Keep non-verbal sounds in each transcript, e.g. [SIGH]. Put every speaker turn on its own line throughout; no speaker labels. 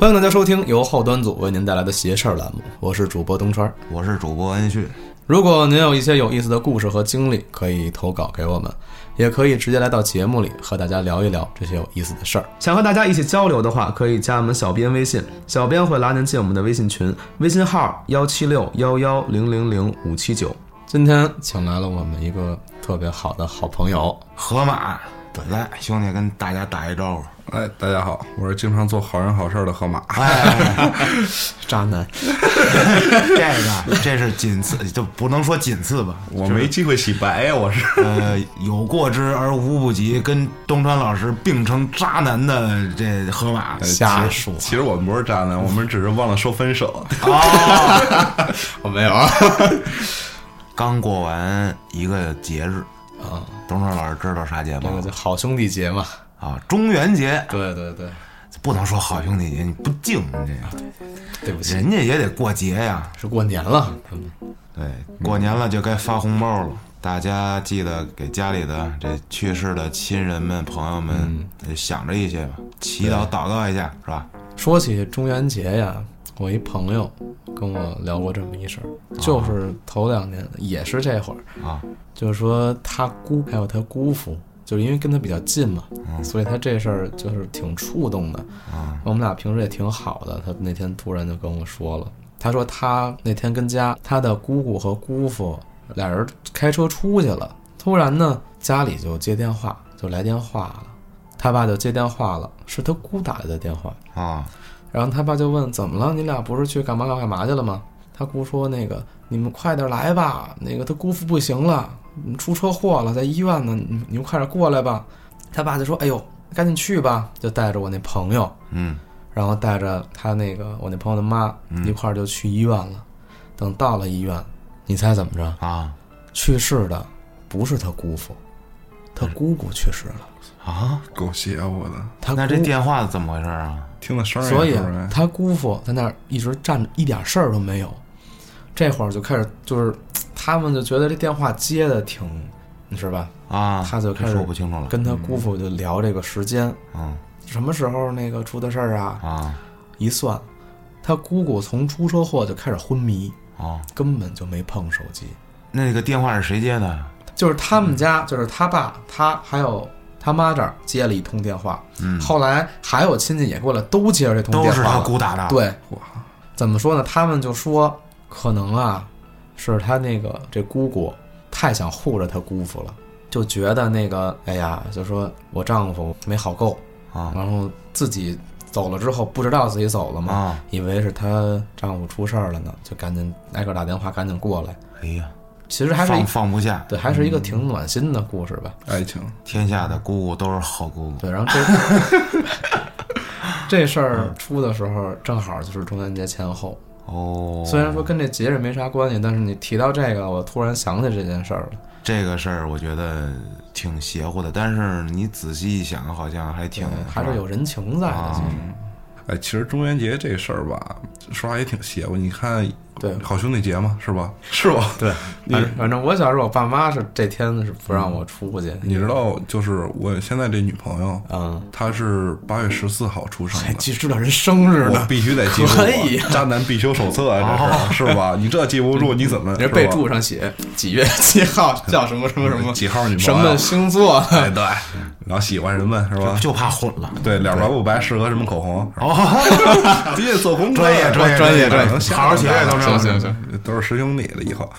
欢迎大家收听由后端组为您带来的“邪事儿”栏目，我是主播东川。
我是主播恩旭，
如果您有一些有意思的故事和经历，可以投稿给我们，也可以直接来到节目里和大家聊一聊这些有意思的事儿。想和大家一起交流的话，可以加我们小编微信，小编会拉您进我们的微信群，微信号幺七六幺幺零零零五七九。今天请来了我们一个特别好的好朋友，
河马，来，兄弟跟大家打一招呼。
哎，大家好，我是经常做好人好事儿的河马。
[LAUGHS] 哎，
渣男。
[LAUGHS] 这个 [LAUGHS] 这是仅次，就不能说仅次吧，
我没机会洗白呀，我是。
呃，有过之而无不及，跟东川老师并称渣男的这河马。
瞎
其实
说
[LAUGHS] 其实我们不是渣男，我们只是忘了说分手。
我没有 [LAUGHS] 啊。
哦 [LAUGHS] 刚过完一个节日啊，东川老师知道啥节
那
吗
个？叫好兄弟节嘛。
啊，中元节，
对对对，
不能说好兄弟节，你不敬你
对不
这，
起，
人家也得过节呀。
是过年了。
对，过年了就该发红包了，大家记得给家里的这去世的亲人们、朋友们
嗯
呃想着一些吧，祈祷祷告一下，是吧？
说起中元节呀，我一朋友跟我聊过这么一事儿，就是头两年也是这会儿，
啊，
就是说他姑还有他姑父，就是因为跟他比较近嘛，所以他这事儿就是挺触动的。我们俩平时也挺好的，他那天突然就跟我说了，他说他那天跟家他的姑姑和姑父俩人开车出去了，突然呢家里就接电话，就来电话了，他爸就接电话了，是他姑打来的电话。
啊，
然后他爸就问：“怎么了？你俩不是去干嘛干嘛干嘛去了吗？”他姑说：“那个，你们快点来吧，那个他姑父不行了，嗯出车祸了，在医院呢，你你们快点过来吧。”他爸就说：“哎呦，赶紧去吧！”就带着我那朋友，
嗯，
然后带着他那个我那朋友的妈一块儿就去医院了。等到了医院，你猜怎么着？
啊
去世的不是他姑父，他
嗯
姑姑去世了。
啊，
[LAUGHS] 狗血啊，我的！
他
那这
姑
电话怎么回事啊？
听的声儿也
所以
出不来
他姑父在那儿一直站着，一点事儿都没有。这会儿就开始就是，他们就觉得这电话接的挺，是吧？
啊，
他就
这
开始
说不清楚了，
跟他姑父就聊这个时间，
嗯
什么时候那个出的事儿啊？
啊
一算，他姑姑从出车祸就开始昏迷，
啊，
根本就没碰手机。
那个电话是谁接的？
就是他
嗯
们家，就是他爸、他还有他妈这儿接了一通电话，后来还有亲戚也过来，都接着这通电话
嗯都
了，
是他姑打的。，
对，怎么说呢？他们就说，可能啊，是他那个这姑姑太想护着他姑父了，就觉得那个，哎呀，就说我丈夫没好够
啊，
然后自己走了之后不知道自己走了嘛，
啊
以为是她丈夫出事儿了呢，就赶紧挨个打电话，赶紧过来。
哎呀，
其实还是一
放嗯放不下，
对，还是一个挺暖心的故事吧。
爱情，
天下的姑姑都是好姑姑。
对，然后这
[LAUGHS]
[LAUGHS] 这事儿出的时候，正好就是中元节前后。
哦，
虽然说跟这节日没啥关系，但是你提到这个，我突然想起这件事儿了。
这个事儿我觉得挺邪乎的，但是你仔细一想，好像还挺啊
嗯还是有人情在的，其实。
哎，其实中元节这事儿吧，说来也挺邪乎。你看，
对
好兄弟节嘛，是吧？ [LAUGHS] 是吧？对，你
反反正我小时候，我爸妈是这天是不让我出去。
你知道，就是我现在这女朋友，
嗯，
她是八月十四号出生
还
的。
记知道人生日
我
呢，
必须得记住啊，
可以哦
渣男必修手册啊，这是是吧？你这记不住，你怎么？
人
是吧
备注上写几月几号，叫什么什么什 [LAUGHS] 么，
几号女
什
朋友啊
么星座。
[LAUGHS] 哎，对，然后喜欢什么是吧？
就怕混了。
对，脸白不白适合什么口红？直接做功课，
专业专业专业专业好好学嗯
都
同志
行行行，
都是师兄弟了。
[LAUGHS]
以后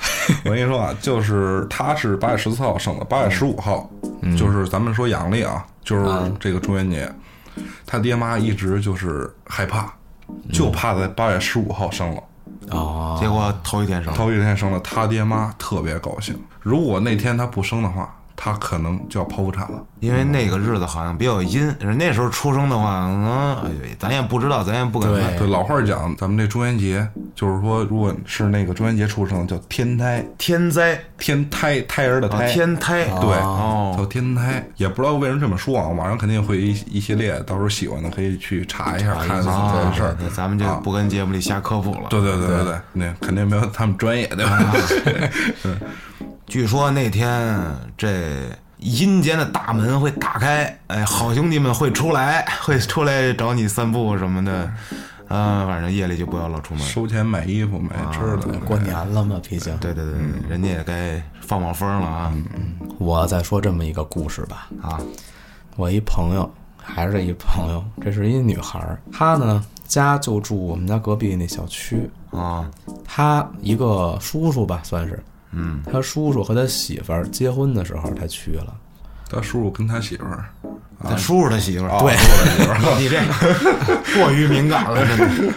我跟你说啊，就是他是八月十四号生的，八月十五号，
嗯
就是咱们说阳历啊，就是这个中元节，他爹妈一直就是害怕，
嗯
就怕在八月十五号生了。
[LAUGHS] 哦，
结果头一天生，
头一天生了，他爹妈特别高兴。如果那天他不生的话，他可能就要剖腹产了。
因为那个日子好像比较阴，那时候出生的话，嗯，哎呦咱也不知道，咱也不敢
对
问。
对，老话儿讲，咱们这中元节，就是说，如果是那个中元节出生，叫天胎，
天灾
天胎胎儿的
啊，
胎，
天胎，
哎对，
哦
叫天胎，也不知道为什么这么说啊。网上肯定会一一系列，到时候喜欢的可以去查一下，看看这
啊
个事儿。
对咱们就不跟节目里瞎科普了。
对对对对对，那肯定没有他们专业，对
啊
吧？
据说那天这阴间的大门会打开，哎，好兄弟们会出来，会出来找你散步什么的。嗯，晚上夜里就不要老出门。
[LAUGHS] 收钱买衣服买吃
啊
的。
过年了嘛，毕竟。
对对对，
嗯
对人家也该放放风了啊！
我再说这么一个故事吧。
啊，
我一朋友，还是这一朋友，这是一女孩儿，她呢家就住我们家隔壁那小区，
啊，
她一个叔叔吧算是，
嗯，
她叔叔和他媳妇儿结婚的时候她去了，
他叔叔跟他媳妇儿，
啊
他叔叔他媳妇儿，
对
啊， [LAUGHS] 你这过于敏感了，真的。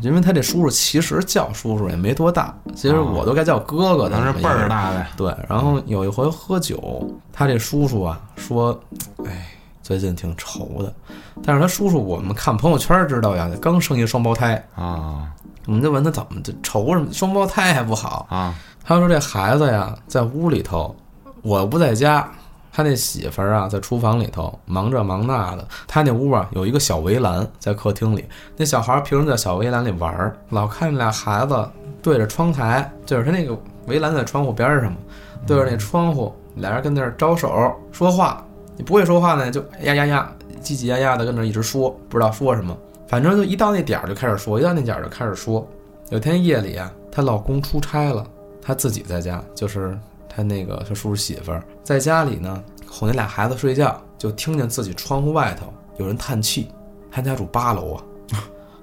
因为她这叔叔其实叫叔叔也没多大，其实我都该叫哥哥的，
哦能是辈儿大呗？
对，然后有一回喝酒，他这叔叔啊说：“哎，最近挺愁的。”但是他叔叔我们看朋友圈知道呀，刚生一双胞胎，
啊
我们就问他怎么就愁什么双胞胎还不好。
啊
他说这孩子呀在屋里头，我不在家，他那媳妇儿啊在厨房里头忙这忙那的。他那屋啊有一个小围栏在客厅里，那小孩儿平时在小围栏里玩儿，老看那俩孩子对着窗台，就是他那个围栏在窗户边儿上嘛，对着那窗户，俩人跟那儿招手说话。你不会说话呢，就呀呀呀，叽叽呀呀的跟那儿一直说，不知道说什么。反正就一到那点儿就开始说，一到那点儿就开始说。有天夜里啊，她老公出差了，她自己在家，就是她那个她叔叔媳妇儿在家里呢，哄那俩孩子睡觉，就听见自己窗户外头有人叹气。她家住八楼啊，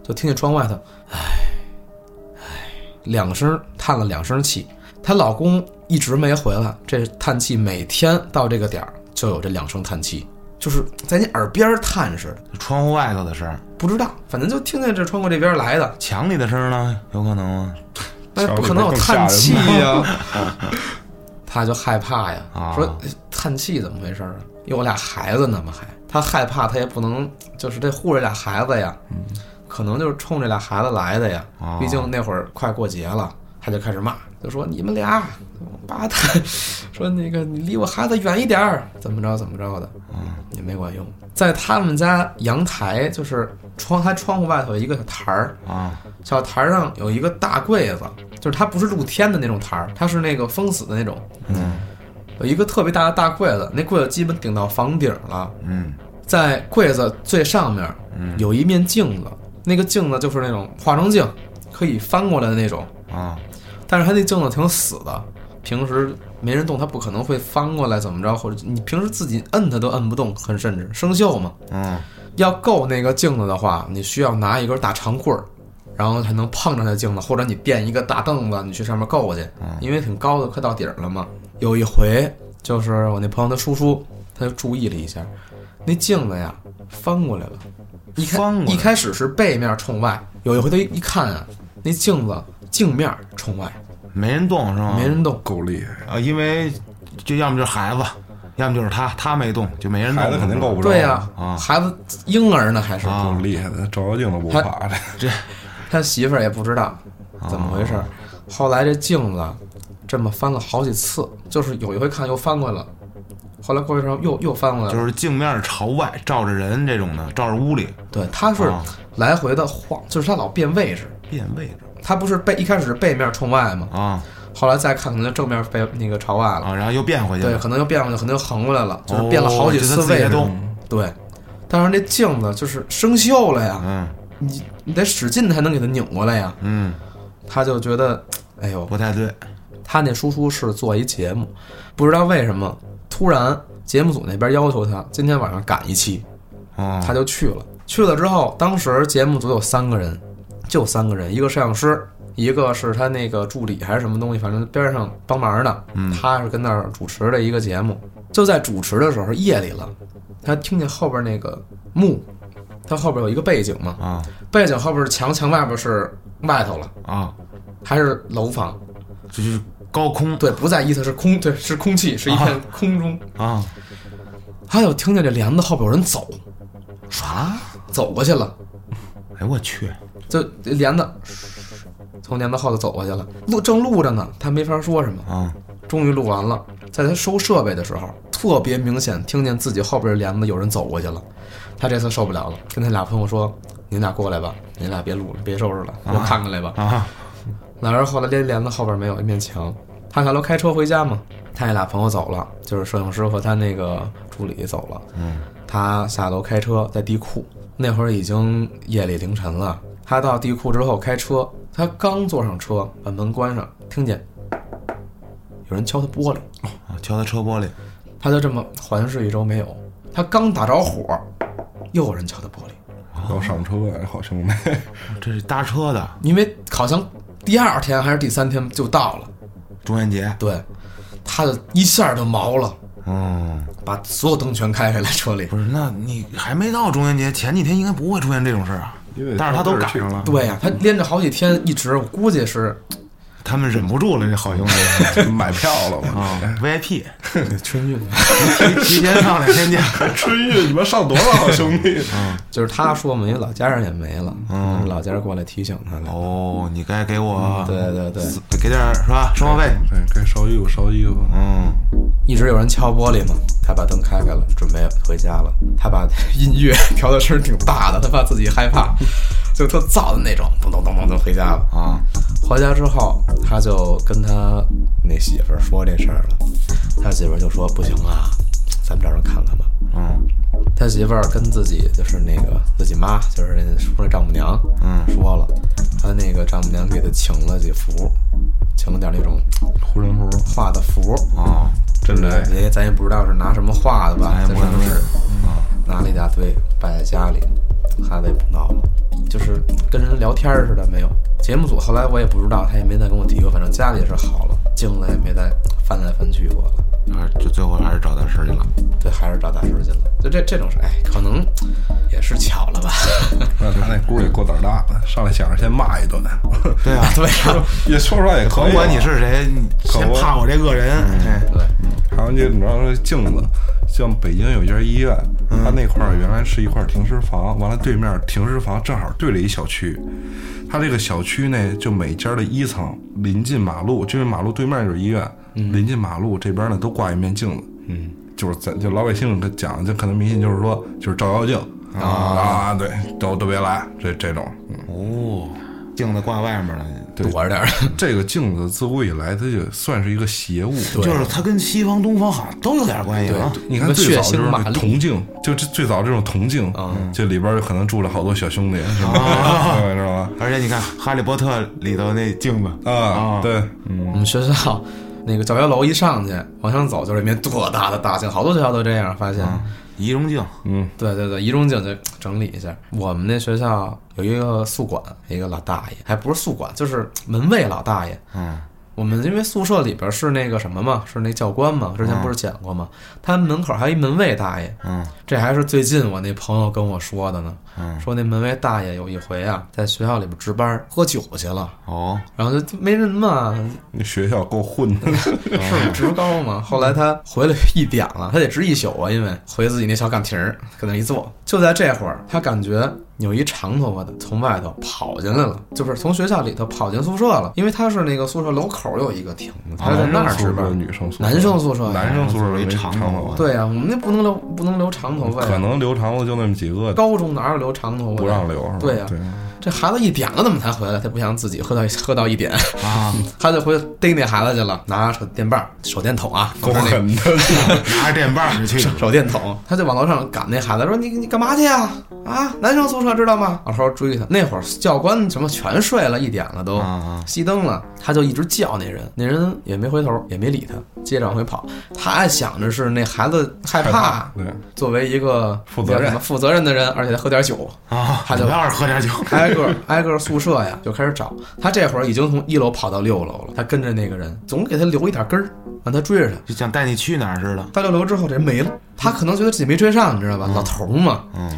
就听见窗外头，唉，唉，两声叹了两声气。她老公一直没回来，这叹气每天到这个点儿就有这两声叹气，就是在你耳边叹似的，
窗户外头的事儿，
不知道，反正就听见这窗户这边来的，
墙里的事儿呢？有可能吗？
那哎不可能有叹气呀、
[LAUGHS]
他就害怕呀，
啊
说哎叹气怎么回事儿啊？有俩孩子呢嘛还，他害怕，他也不能就是这护着俩孩子呀，可能就是冲这俩孩子来的呀。
嗯哦
毕竟那会儿快过节了，他就开始骂，就说你们俩八蛋， [LAUGHS] 说那个你离我孩子远一点儿，怎么着怎么着的，
嗯
也没管用。在他们家阳台就是窗，他窗户外头有一个小台儿，
啊
小台儿上有一个大柜子，就是它不是露天的那种台儿，它是那个封死的那种。
嗯，
有一个特别大的大柜子，那柜子基本顶到房顶了。
嗯
在柜子最上面有一面镜子，那个镜子就是那种化妆镜，可以翻过来的那种。
啊
但是它那镜子挺死的，平时没人动，它不可能会翻过来怎么着，或者你平时自己摁它都摁不动，很甚至生锈嘛。
嗯
要够那个镜子的话，你需要拿一根大长棍儿，然后才能碰着那镜子，或者你垫一个大凳子，你去上面够去，
嗯
因为挺高的，快到顶儿了嘛。有一回，就是我那朋友的叔叔，他就注意了一下，那镜子呀翻过来了，一开
翻过来
一开始是背面冲外，有一回他一看啊，那镜子镜面冲外，
没人动是吗？
没人动，
够厉害，
啊，因为就要么就是孩子，要么就是他，他没动就没人动。
孩子肯定够不着。
对呀、
啊
孩子婴儿呢还是，
啊
够厉害的，照妖镜都不
他
怕的。
他媳妇儿也不知道
哦
怎么回事儿。后来这镜子这么翻了好几次，就是有一回看又翻过来了，后来过一阵儿又又翻过来了。
就是镜面朝外照着人这种的，照着屋里
对，他是
啊
来回的晃，就是他老变位置。
变位置
他不是背一开始是背面冲外嘛，
啊
后来再看可能就正面背那个朝外了。
啊，然后又变回去
对，
了。
可能又变过去，可能又横过来了，就是变了好几次位
哦就他自己在
置。
动
对，但是那镜子就是生锈了呀，
嗯
你你得使劲才能给它拧过来呀。
嗯，
他就觉得，哎呦，
不太对
他那叔叔是做一节目，不知道为什么突然节目组那边要求他今天晚上赶一期，
啊
他就去了。去了之后，当时节目组有三个人，就三个人，一个摄像师，一个是他那个助理还是什么东西，反正边上帮忙的。他是跟那儿主持的一个节目，就在主持的时候，夜里了，他听见后边那个幕，他后边有一个背景嘛，
啊
背景后边是墙，墙外边是外头了，
啊，
还是楼房。
这就是高空
对，不在意思是空，对，是空气，是一片空中。
啊
他就听见这帘子后边有人走，
啥？
走过去了，
哎我去，
就这帘子从帘子后头走过去了，录正录着呢，他没法说什么。
啊
终于录完了，在他收设备的时候，特别明显听见自己后边的帘子有人走过去了，他这次受不了了，跟他俩朋友说：“你俩过来吧，你俩别录了，别收拾了，给我看看来吧。
啊
哪儿后来连帘子后边没有一面墙，他下楼开车回家嘛，他那俩朋友走了，就是摄影师和他那个助理走了，嗯，他下楼开车在地库，那会儿已经夜里凌晨了，他到地库之后开车，他刚坐上车，把门关上，听见有人敲他玻璃，
啊敲他车玻璃，
他就这么环视一周没有。他刚打着火，又有人敲他玻璃，
要上车呀，好兄弟，
这是搭车的
因为好像第二天还是第三天就到了。
中元节，
对，他就一下就毛了，
嗯，
把所有灯全开开了车里。
不是，那你还没到中元节，前几天应该不会出现这种事儿啊
因为，
但是他
[LAUGHS]
都赶上了，
对呀、他连着好几天一直，我估计是
他们忍不住了，这好兄弟
买票了嘛？
啊，VIP
春运，
提提前上两天假，
[LAUGHS] 春运你们上多少好兄
[LAUGHS]
弟？
就是他说嘛，因为老家人也没了，嗯，老家人过来提醒他了。
哦，你该给我
对对对，
给点儿是吧？生活费，
对，哎该烧衣服烧衣服。
嗯，
一直有人敲玻璃嘛，他把灯开开了，准备回家了。他把音乐调的声儿挺大的，他怕自己害怕， [LAUGHS] 就特燥的那种，咚咚咚咚就回家了。
啊，
回家之后，他就跟他那媳妇儿说这事儿了，他媳妇儿就说不行啊，咱们找人看看吧。
嗯
他媳妇儿跟自己就是那个自己妈，就是那说那丈母娘，
嗯，
说了，他那个丈母娘给他请了几幅，请了点那种
护身符，
画的符，
啊，
真来
人家咱也不知道是拿什么画的吧
咱也，
这
不
上
认
面
识
是
嗯
拿了一大堆摆在家里，哈维闹了，就是跟人聊天似的没有。节目组后来我也不知道，他也没再跟我提过，反正家里也是好了，镜子也没再翻来翻去过了。
还是啊就最后还是找大师去了，
对，还是找大师去了。就这这种事，哎，可能也是巧了吧。
那他那姑也够胆大的，上来想着先骂
[LAUGHS]
一顿， [LAUGHS]
对啊，
对呀、
也说出来也可以。啊
甭管你，是谁，你先怕我这恶人，哎对，
对，
还有你比方说镜子，像北京有一家医院，它那块儿原来是一块停尸房，完了对面停尸房正好对着一小区，它这个小区内就每家的一层临近马路，就是马路对面就是医院，临近马路这边呢都挂一面镜子，嗯，就是咱就老百姓他讲就可能迷信就是说就是照妖镜啊啊，对，都都别来这这种，嗯。
哦，镜子挂外面了，
躲着点儿。
这个镜子自古以来，它就算是一个邪物。
就是他跟西方、东方好像都有点关系啊，
你看，最早
什
就
么血
是
腥
那
玛丽啊
铜镜，就这最早这种铜镜，这里边可能住着好多小兄弟，是 [LAUGHS] 吧？知道吧？
而且你看《哈利波特》里头那镜子，
啊，对，
我们学校那个教学楼一上去，往上走就是一面特大的大镜，好多学校都这样，发现。
仪容镜，
对对对，一中景就整理一下。我们那学校有一个宿管，一个老大爷，还不是宿管，就是门卫老大爷。
嗯，
我们因为宿舍里边是那个什么嘛，是那教官嘛，之前不是讲过嘛，他门口还有一门卫大爷。
嗯，
这还是最近我那朋友跟我说的呢，
嗯
说那门卫大爷有一回啊，在学校里边值班喝酒去了，
哦，
然后就没人嘛，
那学校够混的，
是职高
[LAUGHS]
嘛。后来他回来一点了，他得值一宿啊，因为回自己那小岗亭儿，搁那一坐。就在这会儿，他感觉有一长头发的从外头跑进来了，就是从学校里头跑进宿舍了，因为他是那个宿舍楼口有一个亭子，他在那儿值
男生宿舍
班。
女生宿舍，
男生宿舍呀
哦男生宿舍没
长头
头
发
对呀、我们那不能留不能留长头发
可
呀，
能留长了就那么几个，
高中哪有留长头发的？
不让留，是吧？
对呀这孩子一点了怎么才回来？他不想自己喝到喝到一点， [LAUGHS]
啊，
他就回去逮那孩子去了，拿着手电棒、手电筒啊，
够狠的。
拿着电棒就去，
手电筒，他就往楼上赶。那孩子说：“你你干嘛去呀、啊？男生宿舍知道吗？”老头追他。那会儿教官什么全睡了，一点了都，
啊
熄灯了，他就一直叫那人，那人也没回头，也没理他，接着往回跑。他还想着是那孩子害怕，啊
害怕对
作为一个
负责任
叫什么负责任的人，而且他喝点 [LAUGHS] 酒，
啊，
他就
我要是喝点酒，
挨个挨个宿舍呀就开始找。他这会儿已经从一楼跑到六楼了，他跟着那个人，总给他留一点根儿，让他追着他。
就想带你去哪儿似的，
到六楼之后，这人没了，他可能觉得自己没追上，你知道吧？老头儿嘛，
嗯，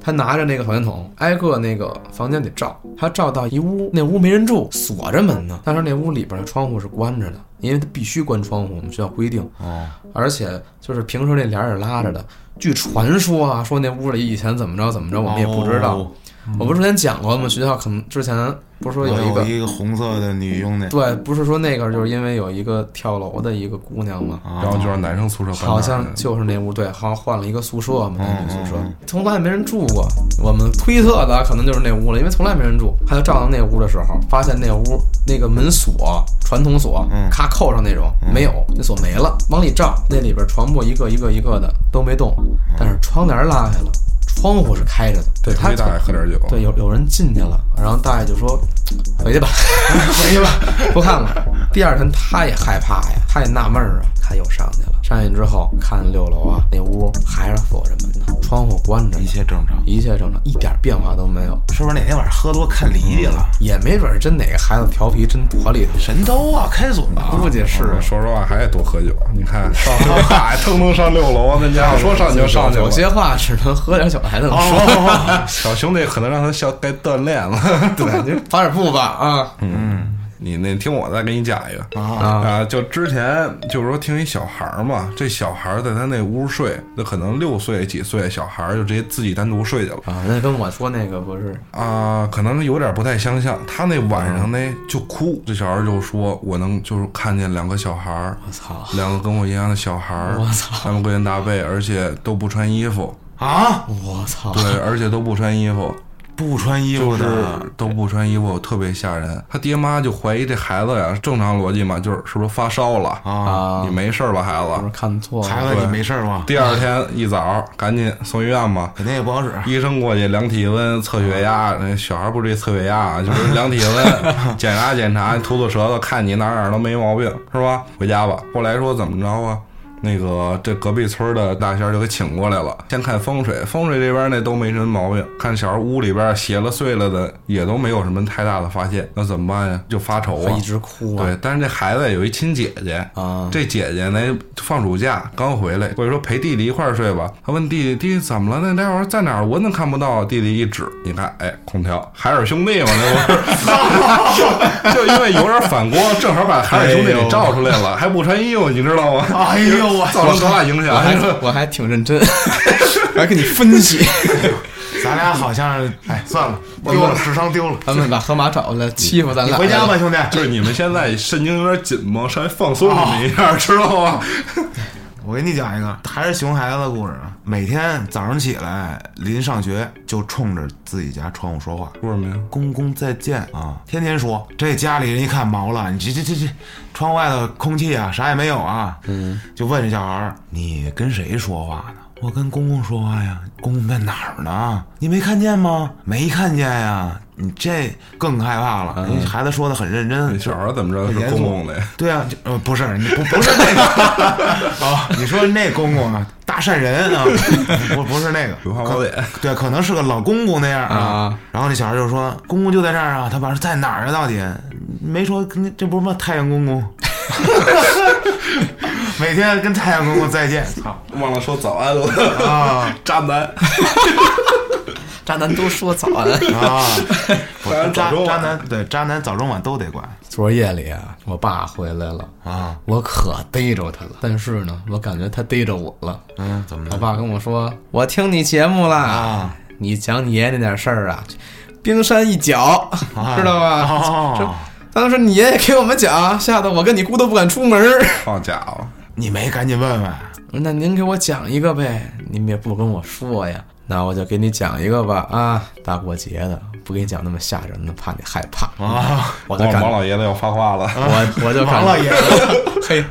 他拿着那个手电筒，挨个那个房间得照，他照到一屋，那屋没人住，锁着门呢。但是那屋里边的窗户是关着的，因为他必须关窗户，我们学校规定。
哦，
而且就是平时那帘儿也拉着的。据传说啊，说那屋里以前怎么着怎么着，我们也不知道。
哦
我不是之前讲过吗？学校可能之前不是说
我
有一
哦有
个
一个红色的女佣的，
对，不是说那个就是因为有一个跳楼的一个姑娘吗？
啊
然后就让男生宿舍搬
好像
那儿
就是那屋，对，好像换了一个宿舍嘛，那
嗯
女宿舍
嗯嗯
从来没人住过。我们推测的可能就是那屋了，因为从来没人住。他就照到那屋的时候，发现那屋那个门锁，传统锁
嗯，
咔扣上那种，
嗯
没有，那锁没了。往里照，那里边床铺一个一个一个的都没动，但是窗帘拉开了，窗户是开着的，
对，
他
亏大爷喝点酒，
对，有有人进去了，然后大爷就说：“回去吧， [LAUGHS] 回去吧，不看了。”第二天他也害怕呀，他也纳闷儿啊，他又上去了。上去之后看六楼啊，那屋还是锁着门呢，窗户关着呢
一，切正常。
一切正常，一点变化都没有。
是不是哪天晚上喝多看离去了？
也没准儿真哪个孩子调皮，真躲里头去
神兜啊，开锁
了，估计是
是说实话还得多喝酒。你看上 [LAUGHS] 六大爷腾腾上六楼，那家伙说上去就上去
有
了。
些话只能喝点酒才能说。
哦，
小兄弟可能让他笑，该锻
[LAUGHS]
炼了。
对，您发点步吧啊！
你那听我再给你讲一个
啊
就之前就是说听一小孩儿嘛，这小孩儿在他那屋睡，那可能六岁几岁小孩儿就直接自己单独睡去了。
啊，那跟我说那个不是
啊、可能有点不太相像。他那晚上呢就哭，这小孩儿就说：“我能就是看见两个小孩儿，
我操
两个跟我一样的小孩儿，
我操
他们勾肩搭背，而且都不穿衣服，
啊，
我操！ [LAUGHS]
对，而且都不穿衣服，
不穿衣
就
服
是
的，
都不穿衣服，特别吓人。他爹妈就怀疑这孩子呀，正常逻辑嘛，就是是不是发烧了
啊
你没事儿吧，孩
不是
子？
看错
孩
了，
子你没事儿吗？
第二天一早赶紧送医院吧。
肯定也不好使。
[LAUGHS] 医生过去量体温、测血压，那小孩不至于测血压啊，就是量体温、检查检查，吐吐舌头，看你哪儿哪儿都没毛病，是吧？回家吧。后来说怎么着啊？那个这隔壁村的大仙儿就给请过来了，先看风水，风水这边那都没什么毛病，看小孩屋里边斜了碎了的也都没有什么太大的发现，那怎么办呀？就发愁
我
啊
一。直哭啊
对，但是这孩子有一亲姐姐，
啊！
这姐姐呢，放暑假刚回来，或者说陪弟弟一块儿睡吧。她问弟弟：“弟弟怎么了？那待会儿在哪儿？我怎么看不到啊？”弟弟一指，你看，哎，空调，海尔兄弟嘛， [LAUGHS] 那不是？就因为有点反光，正好把海尔兄弟给照出来了，还不穿衣服，你知道吗？
哎呦我
[LAUGHS] 造成多大影
我
响？
还
你说
我还挺认真，我还跟你分析。
咱俩好像是，哎，算了，丢了，智商丢了，
咱们把河马找过来欺负咱
你
俩，
回家吧，。兄弟。
[LAUGHS] 就是你们现在神经有点紧绷，稍微放松你们一下，知道吗？
我给你讲一个，还是熊孩子的故事啊。每天早上起来，临上学就冲着自己家窗户说话
为什么呀？：“
公公再见啊！”天天说。这家里人一看毛了，你这这这这，窗外的空气啊，啥也没有啊。嗯，就问这小孩儿：“你跟谁说话呢？”我跟公公说话呀，公公在哪儿呢？你没看见吗？没看见呀！你这更害怕了。人家孩子说的很认真，
你小孩怎么着是公公的呀？
[LAUGHS] 对啊，就呃，不是，你不不是
[LAUGHS]
那个啊、
哦
你说那公公啊，大善人啊，不不是那个，
有话我得。
对，可能是个老公公那样啊。
啊
然后那小孩就说：“公公就在这儿啊。”他爸说：“在哪儿啊？到底没说？跟这不是吗？太阳公公， [LAUGHS] 每天跟太阳公公再
[LAUGHS]
见。操
忘了说早安了， [LAUGHS]
啊
渣男。
渣男都说早安。
[LAUGHS]
啊！
当然
渣
早中晚
渣男对渣男早中晚都得管
昨儿夜里啊，我爸回来了，
啊。
我可逮着他了。但是呢，我感觉他逮着我了。
嗯，怎么
我
了？
爸跟我说：“我听你节目啦，
啊
你讲你爷爷那点事儿啊，冰山一角，
啊
知道吧？
哦，
这当时你爷爷给我们讲，吓得我跟你姑都不敢出门儿。
好家伙！
你没赶紧问啊问？
我说那您给我讲一个呗，你们也不跟我说呀。那我就给你讲一个吧啊，大过节的，不给你讲那么吓人的，怕你害怕。
嗯
啊，
我就感
哦王老爷子要发话了。
我我就感
王老爷子。”
[LAUGHS] 嘿，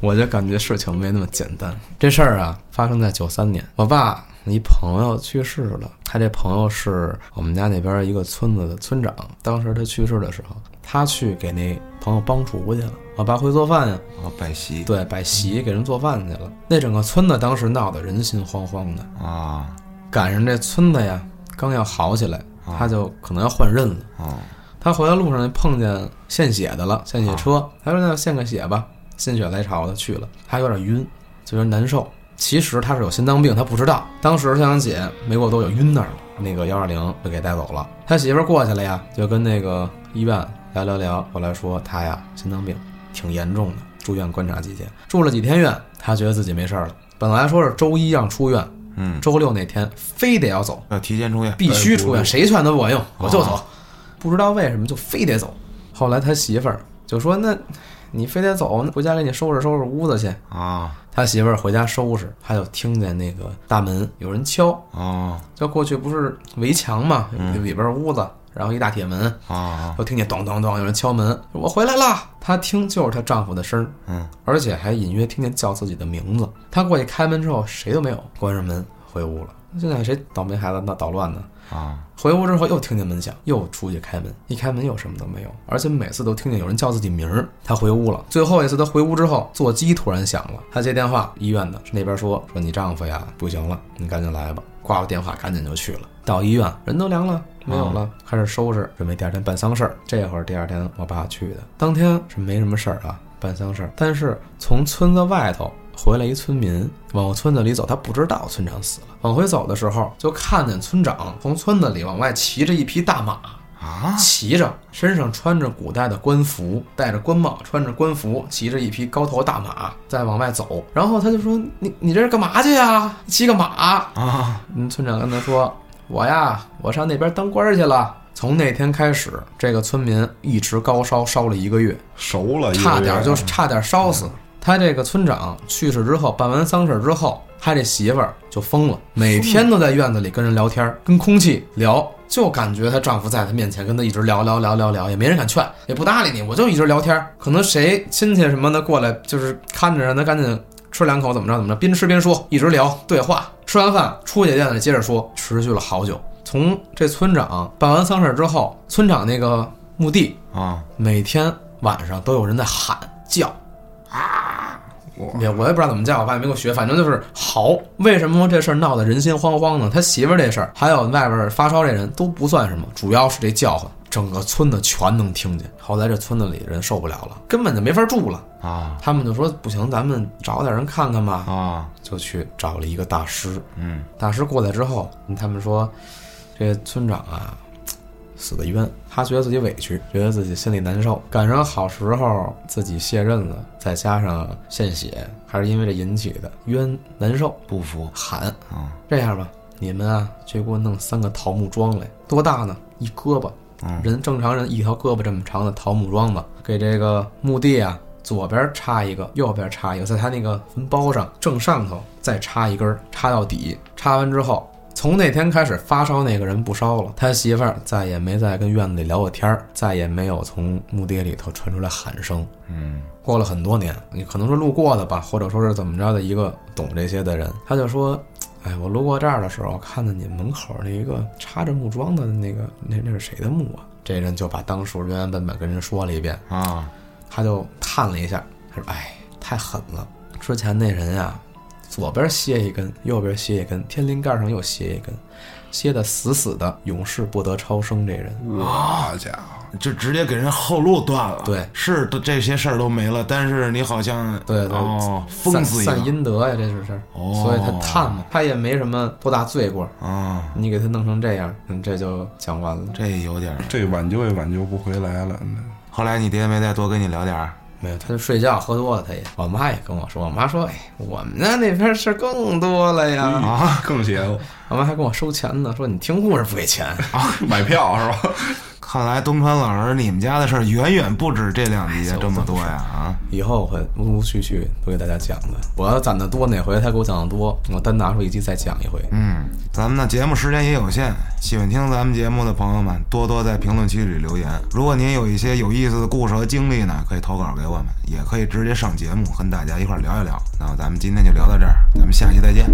我就感觉事情没那么简单。这事儿啊，发生在九三年，我爸一朋友去世了，他这朋友是我们家那边一个村子的村长，当时他去世的时候，他去给那朋友帮厨去了。我爸会做饭呀、
哦，摆席
对，摆席给人做饭去了。那整个村子当时闹得人心惶惶的，
啊，
赶上这村子呀刚要好起来，他就可能要换任了。
哦，
他回来路上就碰见献血的了，献血车，他说那就献个血吧，心血来潮的去了，他有点晕，就有点难受。其实他是有心脏病，他不知道。当时香香姐没过多久晕那儿了，那个幺二零就给带走了。他媳妇儿过去了呀，就跟那个医院聊聊聊，后来说他呀心脏病挺严重的，住院观察几天，住了几天院，他觉得自己没事儿了。本来说是周一让出院，
嗯，
周六那天非得要走，
要提前出院
必须出院，谁劝都不管用，我就走。不知道为什么就非得走。后来他媳妇儿就说：“那你非得走，那回家给你收拾收拾屋子去。
啊，”
他媳妇儿回家收拾，他就听见那个大门有人敲，
哦，
就过去不是围墙嘛，里边屋子，然后一大铁门，
啊，
就听见咚咚咚有人敲门，我回来啦！她听就是她丈夫的声儿，
嗯，
而且还隐约听见叫自己的名字。她过去开门之后，谁都没有，关上门回屋了。就想谁倒霉孩子那捣乱呢？
啊，
回屋之后又听见门响，又出去开门，一开门又什么都没有，而且每次都听见有人叫自己名儿。他回屋了，最后一次他回屋之后，座机突然响了，他接电话，医院的那边说说你丈夫呀不行了，你赶紧来吧。挂了电话，赶紧就去了。到医院，人都凉了，没有了，开始收拾，准备第二天办丧事儿。这会儿第二天我爸去的，当天是没什么事儿啊，办丧事儿。但是从村子外头回来一村民，往村子里走，他不知道村长死了。往回走的时候，就看见村长从村子里往外骑着一匹大马。
啊，
骑着，身上穿着古代的官服，戴着官帽，穿着官服，骑着一匹高头大马在往外走。然后他就说：“你你这是干嘛去呀？骑个马
啊？”
嗯，村长跟他说：“我呀，我上那边当官儿去了。”从那天开始，这个村民一直高烧，烧了一个月，
熟了，
差点儿就是差点儿烧死。他这个村长去世之后，办完丧事之后，他这媳妇儿就疯了，每天都在院子里跟人聊天儿，跟空气聊，就感觉她丈夫在她面前跟她一直聊聊聊聊聊，也没人敢劝，也不搭理你，我就一直聊天儿。可能谁亲戚什么的过来，就是看着让她赶紧吃两口，怎么着怎么着，边吃边说，一直聊对话。吃完饭出去院子里接着说，持续了好久。从这村长办完丧事之后，村长那个墓地
啊，
每天晚上都有人在喊叫，
我
也我也不知道怎么叫，我爸也没给我学，反正就是嚎。为什么这事儿闹得人心惶惶呢？他媳妇儿这事儿，还有外边儿发烧这人都不算什么，主要是这叫唤，整个村子全能听见。后来这村子里人受不了了，根本就没法住了，
啊
他们就说不行，咱们找点人看看吧，
啊，
就去找了一个大师。
嗯，
大师过来之后，嗯他们说，这村长啊，死的冤，他觉得自己委屈，觉得自己心里难受，赶上好时候自己卸任了，再加上献血，还是因为这引起的，冤难受，
不服
喊
啊，
这样吧，你们啊，去给我弄三个桃木桩来，多大呢？一胳膊，
嗯
人正常人一条胳膊这么长的桃木桩子，给这个墓地啊左边插一个，右边插一个，在他那个坟包上正上头再插一根儿，插到底。插完之后，从那天开始发烧那个人不烧了，他媳妇儿再也没再跟院子里聊过天儿，再也没有从墓地里头传出来喊声。
嗯
过了很多年，你可能是路过的吧，或者说是怎么着的一个懂这些的人，他就说：“哎，我路过这儿的时候，看见你们门口那一个插着木桩的那个，那那是谁的墓啊？”这人就把当时原原本本跟人说了一遍，
啊，
他就叹了一下，他说：“哎，太狠了！之前那人呀、左边歇一根，右边歇一根，天灵盖上又歇一根，歇得死死的，永世不得超生。这人
好家伙，
就直接给人后路断了。
对
是都这些事儿都没了，但是你好像
对对
哦，
散
疯子一
散
样
阴德呀，这是事儿。
哦
所以他叹嘛，他也没什么多大罪过。
啊，
你给他弄成这样，嗯，这就讲完了。
这有点儿。
这挽救也挽救不回来了。
后来你爹没再多跟你聊点儿
没有，他就睡觉喝多了，他也。我妈也跟我说，我妈说，哎，我们家那边事儿更多了
嗯
呀。
啊，更邪乎，
我妈还跟我收钱呢，说你听故事不给钱。
[LAUGHS]
[LAUGHS]
买票是吧？
看来东川老师，你们家的事儿远远不止这两集
哎
这么多呀啊！
以后我会陆陆续续都给大家讲的。我要攒的多，哪回他给我讲的多，我单拿出一集再讲一回。
嗯，咱们的节目时间也有限，喜欢听咱们节目的朋友们，多多在评论区里留言。如果您有一些有意思的故事和经历呢，可以投稿给我们，也可以直接上节目跟大家一块儿聊一聊。那咱们今天就聊到这儿，咱们下期再见。